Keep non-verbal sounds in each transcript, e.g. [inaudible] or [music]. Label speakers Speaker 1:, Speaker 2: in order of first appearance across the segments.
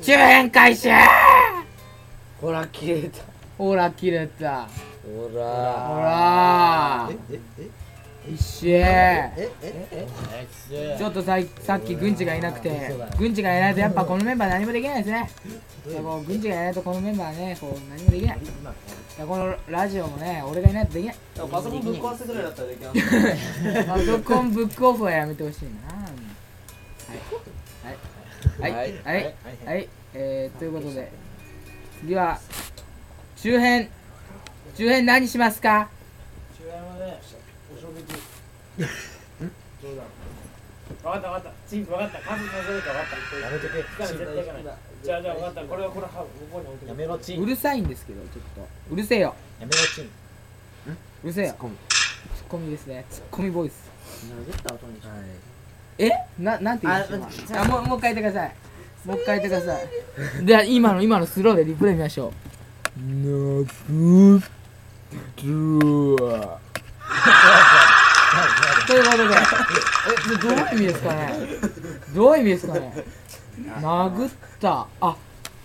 Speaker 1: 周辺回収
Speaker 2: ほら切れた
Speaker 1: ほら切れた
Speaker 2: ほ
Speaker 1: ほ
Speaker 2: ら
Speaker 1: ら
Speaker 3: えええ
Speaker 1: 一緒
Speaker 3: えええ
Speaker 1: ちょっとささっき軍事がいなくて軍事がいないとやっぱこのメンバー何もできないですねでも軍事がいないとこのメンバーねこう何もできないいやこのラジオもね俺がいないとできない
Speaker 2: パソコンぶっ壊すぐらいだったらできますね
Speaker 1: パソコンブックオフはやめてほしいなはいはいはいはい、はいえー、ということで次は周辺周辺何しますか
Speaker 4: 中山ね、お食事。冗談。分かった分かった。チーム分かった。感想させるから分かった。
Speaker 3: やめとけ
Speaker 4: 行かない絶対行かない。じゃあじゃあ分かった。これはこれはここに置いて
Speaker 3: や
Speaker 4: く
Speaker 3: めろチン
Speaker 1: うるさいんですけどちょっとうるせえよ
Speaker 3: やめろチン
Speaker 1: うるせえよ
Speaker 3: コミ
Speaker 1: ツッコミですねツッコミボイス
Speaker 3: はい
Speaker 1: えななんて言いましたあもうもう一回言ってくださいもう一回言ってくださいでは今の今のスローでリプレイ見ましょうなぶーということでえどういう意味ですかねどういう意味ですかね殴ったあ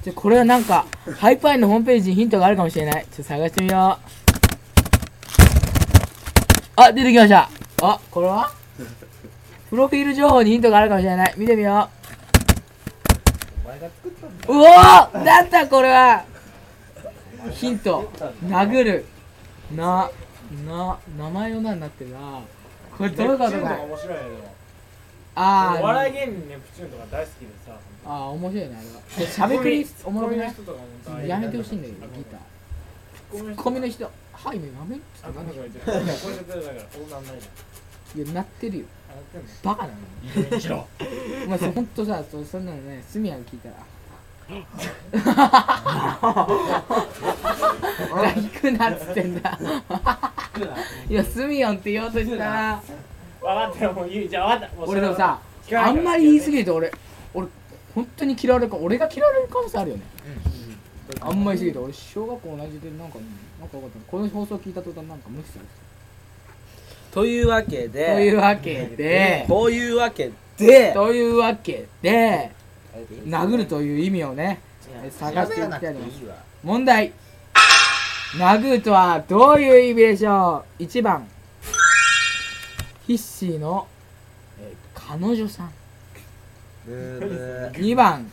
Speaker 1: じゃあこれはなんかハイパーインのホームページにヒントがあるかもしれないちょっと探してみようあ出てきましたあこれはプロフィール情報にヒントがあるかもしれない。見てみよう。お前が作ったんだ。うおーなんだこれはヒント。殴る。な、な、名前の名になってるな。これどういうこと
Speaker 4: ネプチューンと
Speaker 1: か
Speaker 4: か。面白いねでも。
Speaker 1: あ
Speaker 4: お
Speaker 1: ー、
Speaker 4: 笑い芸人ネプチューンとか大好きでさ。
Speaker 1: あー、面白いね、あれは。しゃべくり、おもろくない
Speaker 4: ツッコミの人とかもさ
Speaker 1: やめてほしいんだけど、ギター。
Speaker 4: ツッ
Speaker 1: ツッコミの
Speaker 4: 人。
Speaker 1: 人、はい、ね、やめって
Speaker 4: あ、なんだこれ。これ絶対だから。こうなんないじ
Speaker 1: いや、なってるよ。
Speaker 4: ゃん。あ、やってんの。
Speaker 1: バカなのよ。お前、そほんとさ、そそんなのね、スミヤが聞いたら。行くなっつってんだ。いや、スミヨンって言おうとしたな。
Speaker 4: 分かったよもう言うじゃあ分かった。うそ
Speaker 1: 俺で
Speaker 4: れは
Speaker 1: もさ、
Speaker 4: 聞かな
Speaker 1: あ
Speaker 4: いから
Speaker 1: んまり言いすぎると俺、俺、本当に嫌われるか、俺が嫌われる可能性あるよね。あんまり言いすぎると、俺、小学校同じで、なんか、なんかよかった。この放送聞いた途端、なんか無視されて
Speaker 2: というわけ
Speaker 1: た。とい
Speaker 2: で
Speaker 1: うわけで、
Speaker 2: というわけで
Speaker 1: というわけで、殴るという意味をね、探していきたいと思います。問題殴るとはどういう意味でしょう1番ヒッシーの、えー彼女さん
Speaker 3: ブーブー
Speaker 1: 2番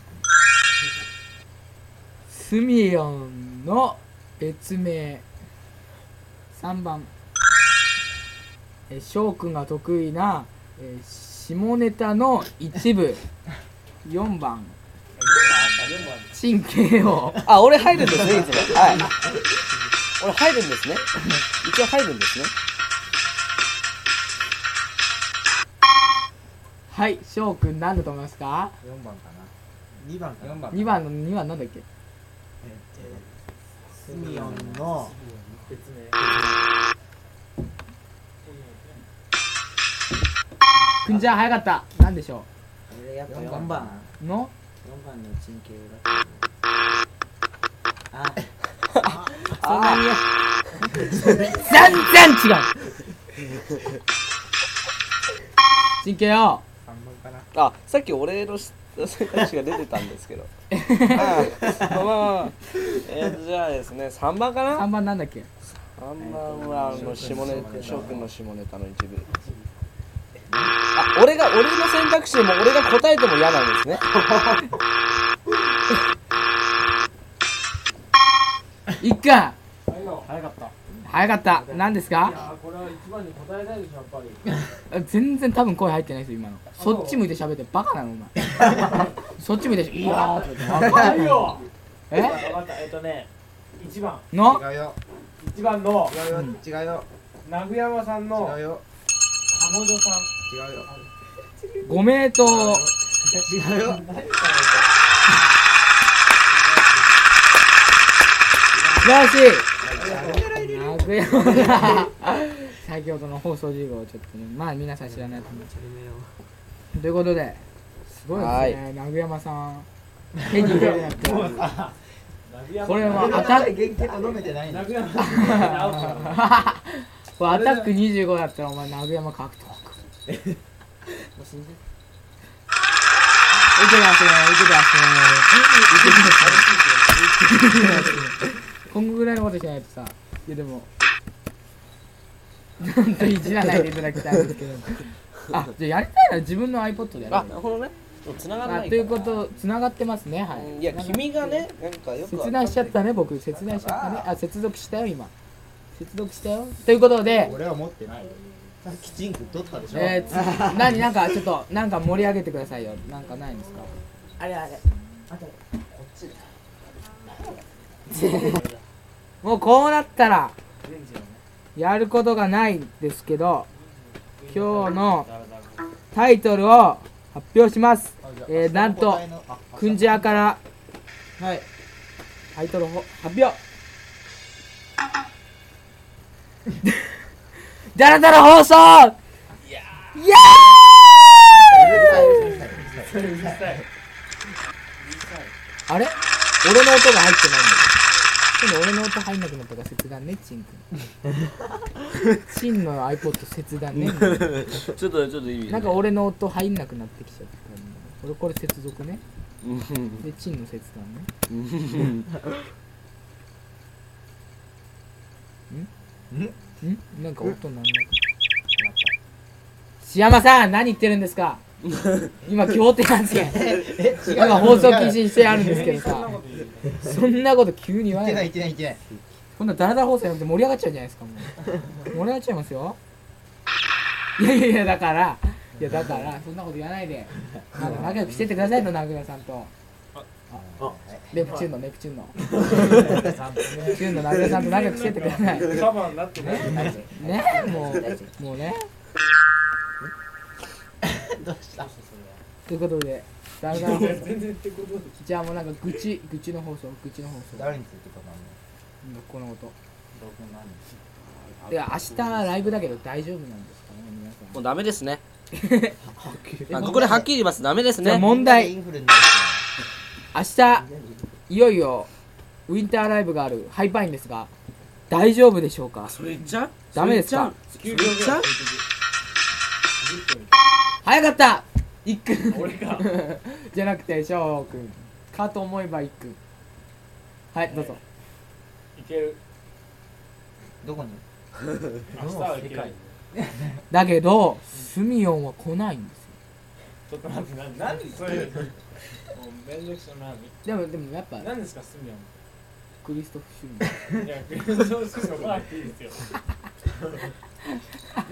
Speaker 1: スミヨンの別名3番えー翔くんが得意な、えー下ネタの一部4番神経を
Speaker 2: あ俺入るんですねいつもはい俺入るんですね一応入るんですね
Speaker 1: はい翔くん何だと思いますか
Speaker 3: 四番かな二番かな
Speaker 1: 2番の2番なんだっけ
Speaker 3: スミヨンの
Speaker 1: くんちゃん早かった何でしょ
Speaker 3: 俺やっぱ四番
Speaker 1: うの
Speaker 3: 四番のチン系だあ
Speaker 2: そんなに
Speaker 1: 全然違う神経よ
Speaker 3: 三番かな
Speaker 2: あさっき俺のし選手が出てたんですけどああまあまあまあえーじゃあですね3番かな
Speaker 1: 3番なんだっけ
Speaker 2: 3番はあの下ネタ翔くんの下ネタの一部あ俺が俺の選択肢でも俺が答えても嫌なんですね
Speaker 1: いっか
Speaker 4: 早かった。い
Speaker 1: 早かった何ですか
Speaker 4: やーこれは一番に答えないでしょやっぱり。
Speaker 1: 全然多分声入ってないですよ今のそっち向いて喋ってバカなのお前そっち向いてしいいよ
Speaker 4: あるよ。
Speaker 1: え
Speaker 4: 分かった。えっとね、一番
Speaker 1: の
Speaker 3: 違うよ
Speaker 4: 一番の
Speaker 3: 違うよ違うよ
Speaker 4: 名古山さんの
Speaker 3: 違うよ
Speaker 4: 彼女さん。
Speaker 3: 違うよ
Speaker 1: ご名答
Speaker 3: 違うよ
Speaker 1: 素晴らしい殴よな先ほどの放送事業をちょっとねまあ皆さん知らないと思うということですごいですね殴山さん手に入れるなって
Speaker 4: 名古山
Speaker 1: これはアタック
Speaker 3: 元気と飲めてない
Speaker 4: 名古山さんの
Speaker 1: [laughs]
Speaker 4: 直樹さん。
Speaker 1: これアタック25だったらお前殴山獲得てますね受けてますね今後ぐらいのことしないとさいやでもちゃんといじらないでいただきたいんですけどあじゃあやりたいなら自分の iPod でや
Speaker 2: あ、
Speaker 1: ろう
Speaker 2: な
Speaker 1: よ
Speaker 2: るほどね。繋がら
Speaker 1: あ
Speaker 2: ない
Speaker 1: と
Speaker 2: か
Speaker 1: い
Speaker 2: ら
Speaker 1: うことつながってますねはい
Speaker 2: うんいや、君がね、なんかよくわか
Speaker 1: 切
Speaker 2: んない
Speaker 1: 断しちゃったね僕切断しちゃったねあ接続したよ今接続したよということで
Speaker 3: 俺は持ってないさっきチンク取ったでしょ
Speaker 1: えー、つ何なんかちょっとなんか盛り上げてくださいよなんかないんですか
Speaker 4: あれあれ
Speaker 1: もうこうなったら
Speaker 4: レンジのね
Speaker 1: やることがないんですけど今日の
Speaker 4: ダラダラ
Speaker 1: タイトルを発表します
Speaker 3: あじゃあ
Speaker 1: えーなんと
Speaker 3: ああ
Speaker 1: くんじゃから
Speaker 3: はい
Speaker 1: タイトルを発表ダラダラ放送いやー
Speaker 4: それうるさい
Speaker 1: あれ俺の音が入ってないんだけど俺の音入んなくなったから切断ねチンくんチンの iPod 切断ね
Speaker 2: ちょっと、ちょっと意味
Speaker 1: なんか俺の音入んなくなってきちゃった俺これ接続ね
Speaker 2: うん
Speaker 1: でチンの切断ね
Speaker 2: うん
Speaker 1: んなんか音なんなくなったシヤマさん何言ってるんですか今協定なんですけど
Speaker 3: え違う [laughs]
Speaker 1: 今放送禁止にしてあるんですけど
Speaker 4: そんな
Speaker 1: さ
Speaker 4: こ
Speaker 1: そんなこと
Speaker 4: と言う
Speaker 1: 急に言
Speaker 3: 言
Speaker 1: わ
Speaker 3: っ
Speaker 1: ない
Speaker 3: てな
Speaker 1: で
Speaker 3: い言ってない言ってない
Speaker 1: こんなダラダラ放送やめて盛り上がっちゃうじゃないですかもう盛り上がっちゃいますよいやいやいやだからいやだからそんなこと言わないでなんか仲良くしてってくださいと名倉さんとネプチューンのネプチューンのネプチューンの名倉さんと仲良くしてってください
Speaker 4: カバーになってない
Speaker 1: ねもうもうね
Speaker 3: どうした
Speaker 1: ということでダラダラ放送
Speaker 4: 全然言ってことない
Speaker 1: じゃあもうなんか愚痴愚痴の放送愚痴の放送
Speaker 3: 誰についてかな
Speaker 1: 学校のこと
Speaker 3: 僕何
Speaker 1: いや明日ライブだけど大丈夫なんですかね皆さん
Speaker 2: もうダメですね。
Speaker 3: はっきり
Speaker 2: あここではっきり言います。ダメです
Speaker 1: じゃあ
Speaker 2: ね。
Speaker 1: 問題
Speaker 3: インフルになる
Speaker 1: 明日いよいよウィンターライブがあるハイパインですが大丈夫でしょうか
Speaker 2: それ言っちゃう
Speaker 1: ダメですか
Speaker 2: それ
Speaker 4: 9秒
Speaker 2: 言
Speaker 4: ぐ
Speaker 2: っち
Speaker 4: ら
Speaker 2: ゃ
Speaker 4: いう
Speaker 1: 早かったいっくん
Speaker 4: 俺か
Speaker 1: [laughs] じゃなくて翔くんかと思えばいっくんはいどうぞ
Speaker 4: いける
Speaker 3: どこに
Speaker 4: 明日はいける
Speaker 1: だけどスミヨンは来ないんですよ
Speaker 4: ちょっと待ってな何
Speaker 1: [laughs]
Speaker 4: それもうめんどくさいな
Speaker 1: でもでもやっぱ
Speaker 4: 何ですかスミ
Speaker 1: クリストフ・シュミ
Speaker 4: ヨンいやグレードスミヨン来なくていいです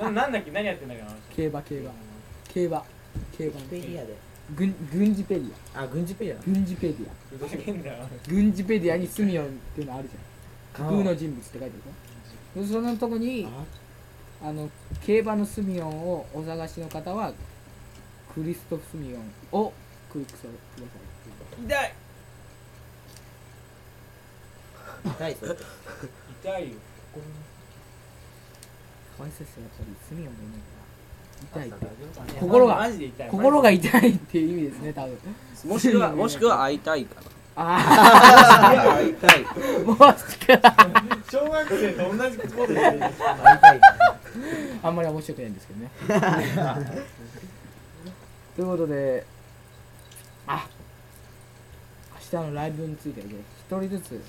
Speaker 4: よななんだっけ何やってんだっけあの人
Speaker 1: 競馬競馬競馬競馬
Speaker 5: ペリアで。
Speaker 1: 軍軍事ペリ
Speaker 5: あ、軍事ペリアな
Speaker 1: ア軍事ペディア
Speaker 4: ふざけんなよ
Speaker 1: 軍事ペディアにスミヨンっていうのあるじゃん架空の人物って書いてあるでしょそのとこに
Speaker 5: の
Speaker 1: あの競馬のスミヨンをお探しの方はクリストフ・スミヨンをクリックしてくださ
Speaker 4: 痛い
Speaker 5: 痛いぞ。
Speaker 4: 痛いよ
Speaker 1: いかわいそうですよやっぱりスミヨンがいないから痛いって心
Speaker 4: 心
Speaker 1: が
Speaker 4: がマジで痛い
Speaker 1: 心が痛いっていう意味ですね多分
Speaker 2: もしくは、もしくは会いたいか
Speaker 1: あ
Speaker 2: な。会いたい。
Speaker 1: あもしくは
Speaker 4: 小学生と同じこと言ってる
Speaker 1: あんまり面白くないんですけ
Speaker 2: [laughs]
Speaker 1: どねということであ明日のライブについてね一人ずつ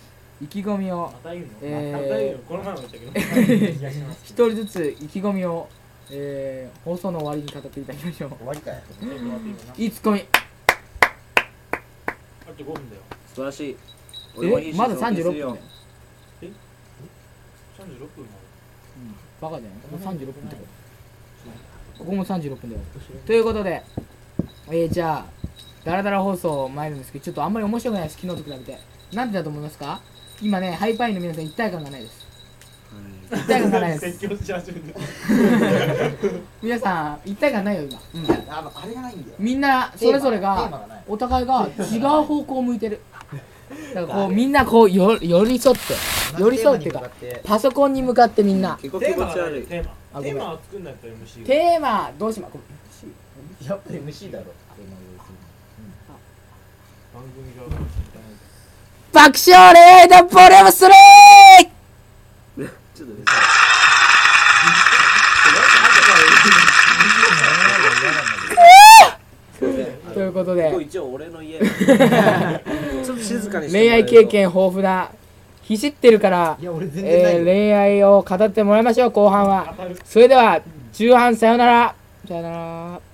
Speaker 1: 意気込みを
Speaker 4: また言うの、
Speaker 1: えー
Speaker 4: また言うのこの前も言ったけど
Speaker 1: 一人ずつ意気込みを、えー放送の終わりに語っていただきましょう
Speaker 3: 終わりかよ
Speaker 1: いいツッコミ
Speaker 4: あと5分だよ
Speaker 2: 素晴らしい。俺も必
Speaker 1: え
Speaker 2: 死
Speaker 1: まだ
Speaker 2: 尊敬
Speaker 1: 36
Speaker 2: す
Speaker 1: 分
Speaker 2: る
Speaker 1: だ
Speaker 2: よ
Speaker 1: よ、
Speaker 4: 36分
Speaker 1: [laughs]
Speaker 4: まで
Speaker 1: うん、バカじゃないもう36分ってことここも36分だよということで、えー、じゃあダラダラ放送参るんですけどちょっとあんまり面白くないです昨日と比べてなんでだと思いますか今ねハイパインの皆さん一体感がないです一体感がないで
Speaker 4: 説
Speaker 1: す
Speaker 3: [laughs]
Speaker 4: 教し始めて
Speaker 1: 皆さん一体感ないよ今
Speaker 3: あのあれがないんだよ
Speaker 1: みんなそれぞれ
Speaker 3: テーマ
Speaker 1: が
Speaker 3: がない
Speaker 1: お互いが違う方向を向いてるだからこうみんなこうよ寄り添って寄り添うっていうか
Speaker 3: テーマに向って
Speaker 1: パソコンに向かってみんな
Speaker 2: 結構気
Speaker 4: テー
Speaker 2: 持
Speaker 4: マ
Speaker 2: ち悪い。
Speaker 4: テー
Speaker 1: あご
Speaker 4: マ
Speaker 1: め
Speaker 4: テ
Speaker 1: ん
Speaker 4: ーマを作んないと MC が
Speaker 1: テーマどうしまこ
Speaker 3: やっぱり MC だろ
Speaker 4: 番組が分
Speaker 1: 爆笑レーダーボレムスレー
Speaker 2: ちょっとね [laughs]
Speaker 1: ということで
Speaker 2: ここ一応俺の
Speaker 1: [laughs]
Speaker 2: 家ちょっと静かにしても
Speaker 1: 恋
Speaker 2: らえ
Speaker 1: 愛
Speaker 2: ると
Speaker 1: 経験豊富なひしってるから
Speaker 5: い、や、俺全然ない
Speaker 1: えー
Speaker 5: よ。
Speaker 1: 恋愛を語ってもらいましょう後半はそれでは中半さよならさよなら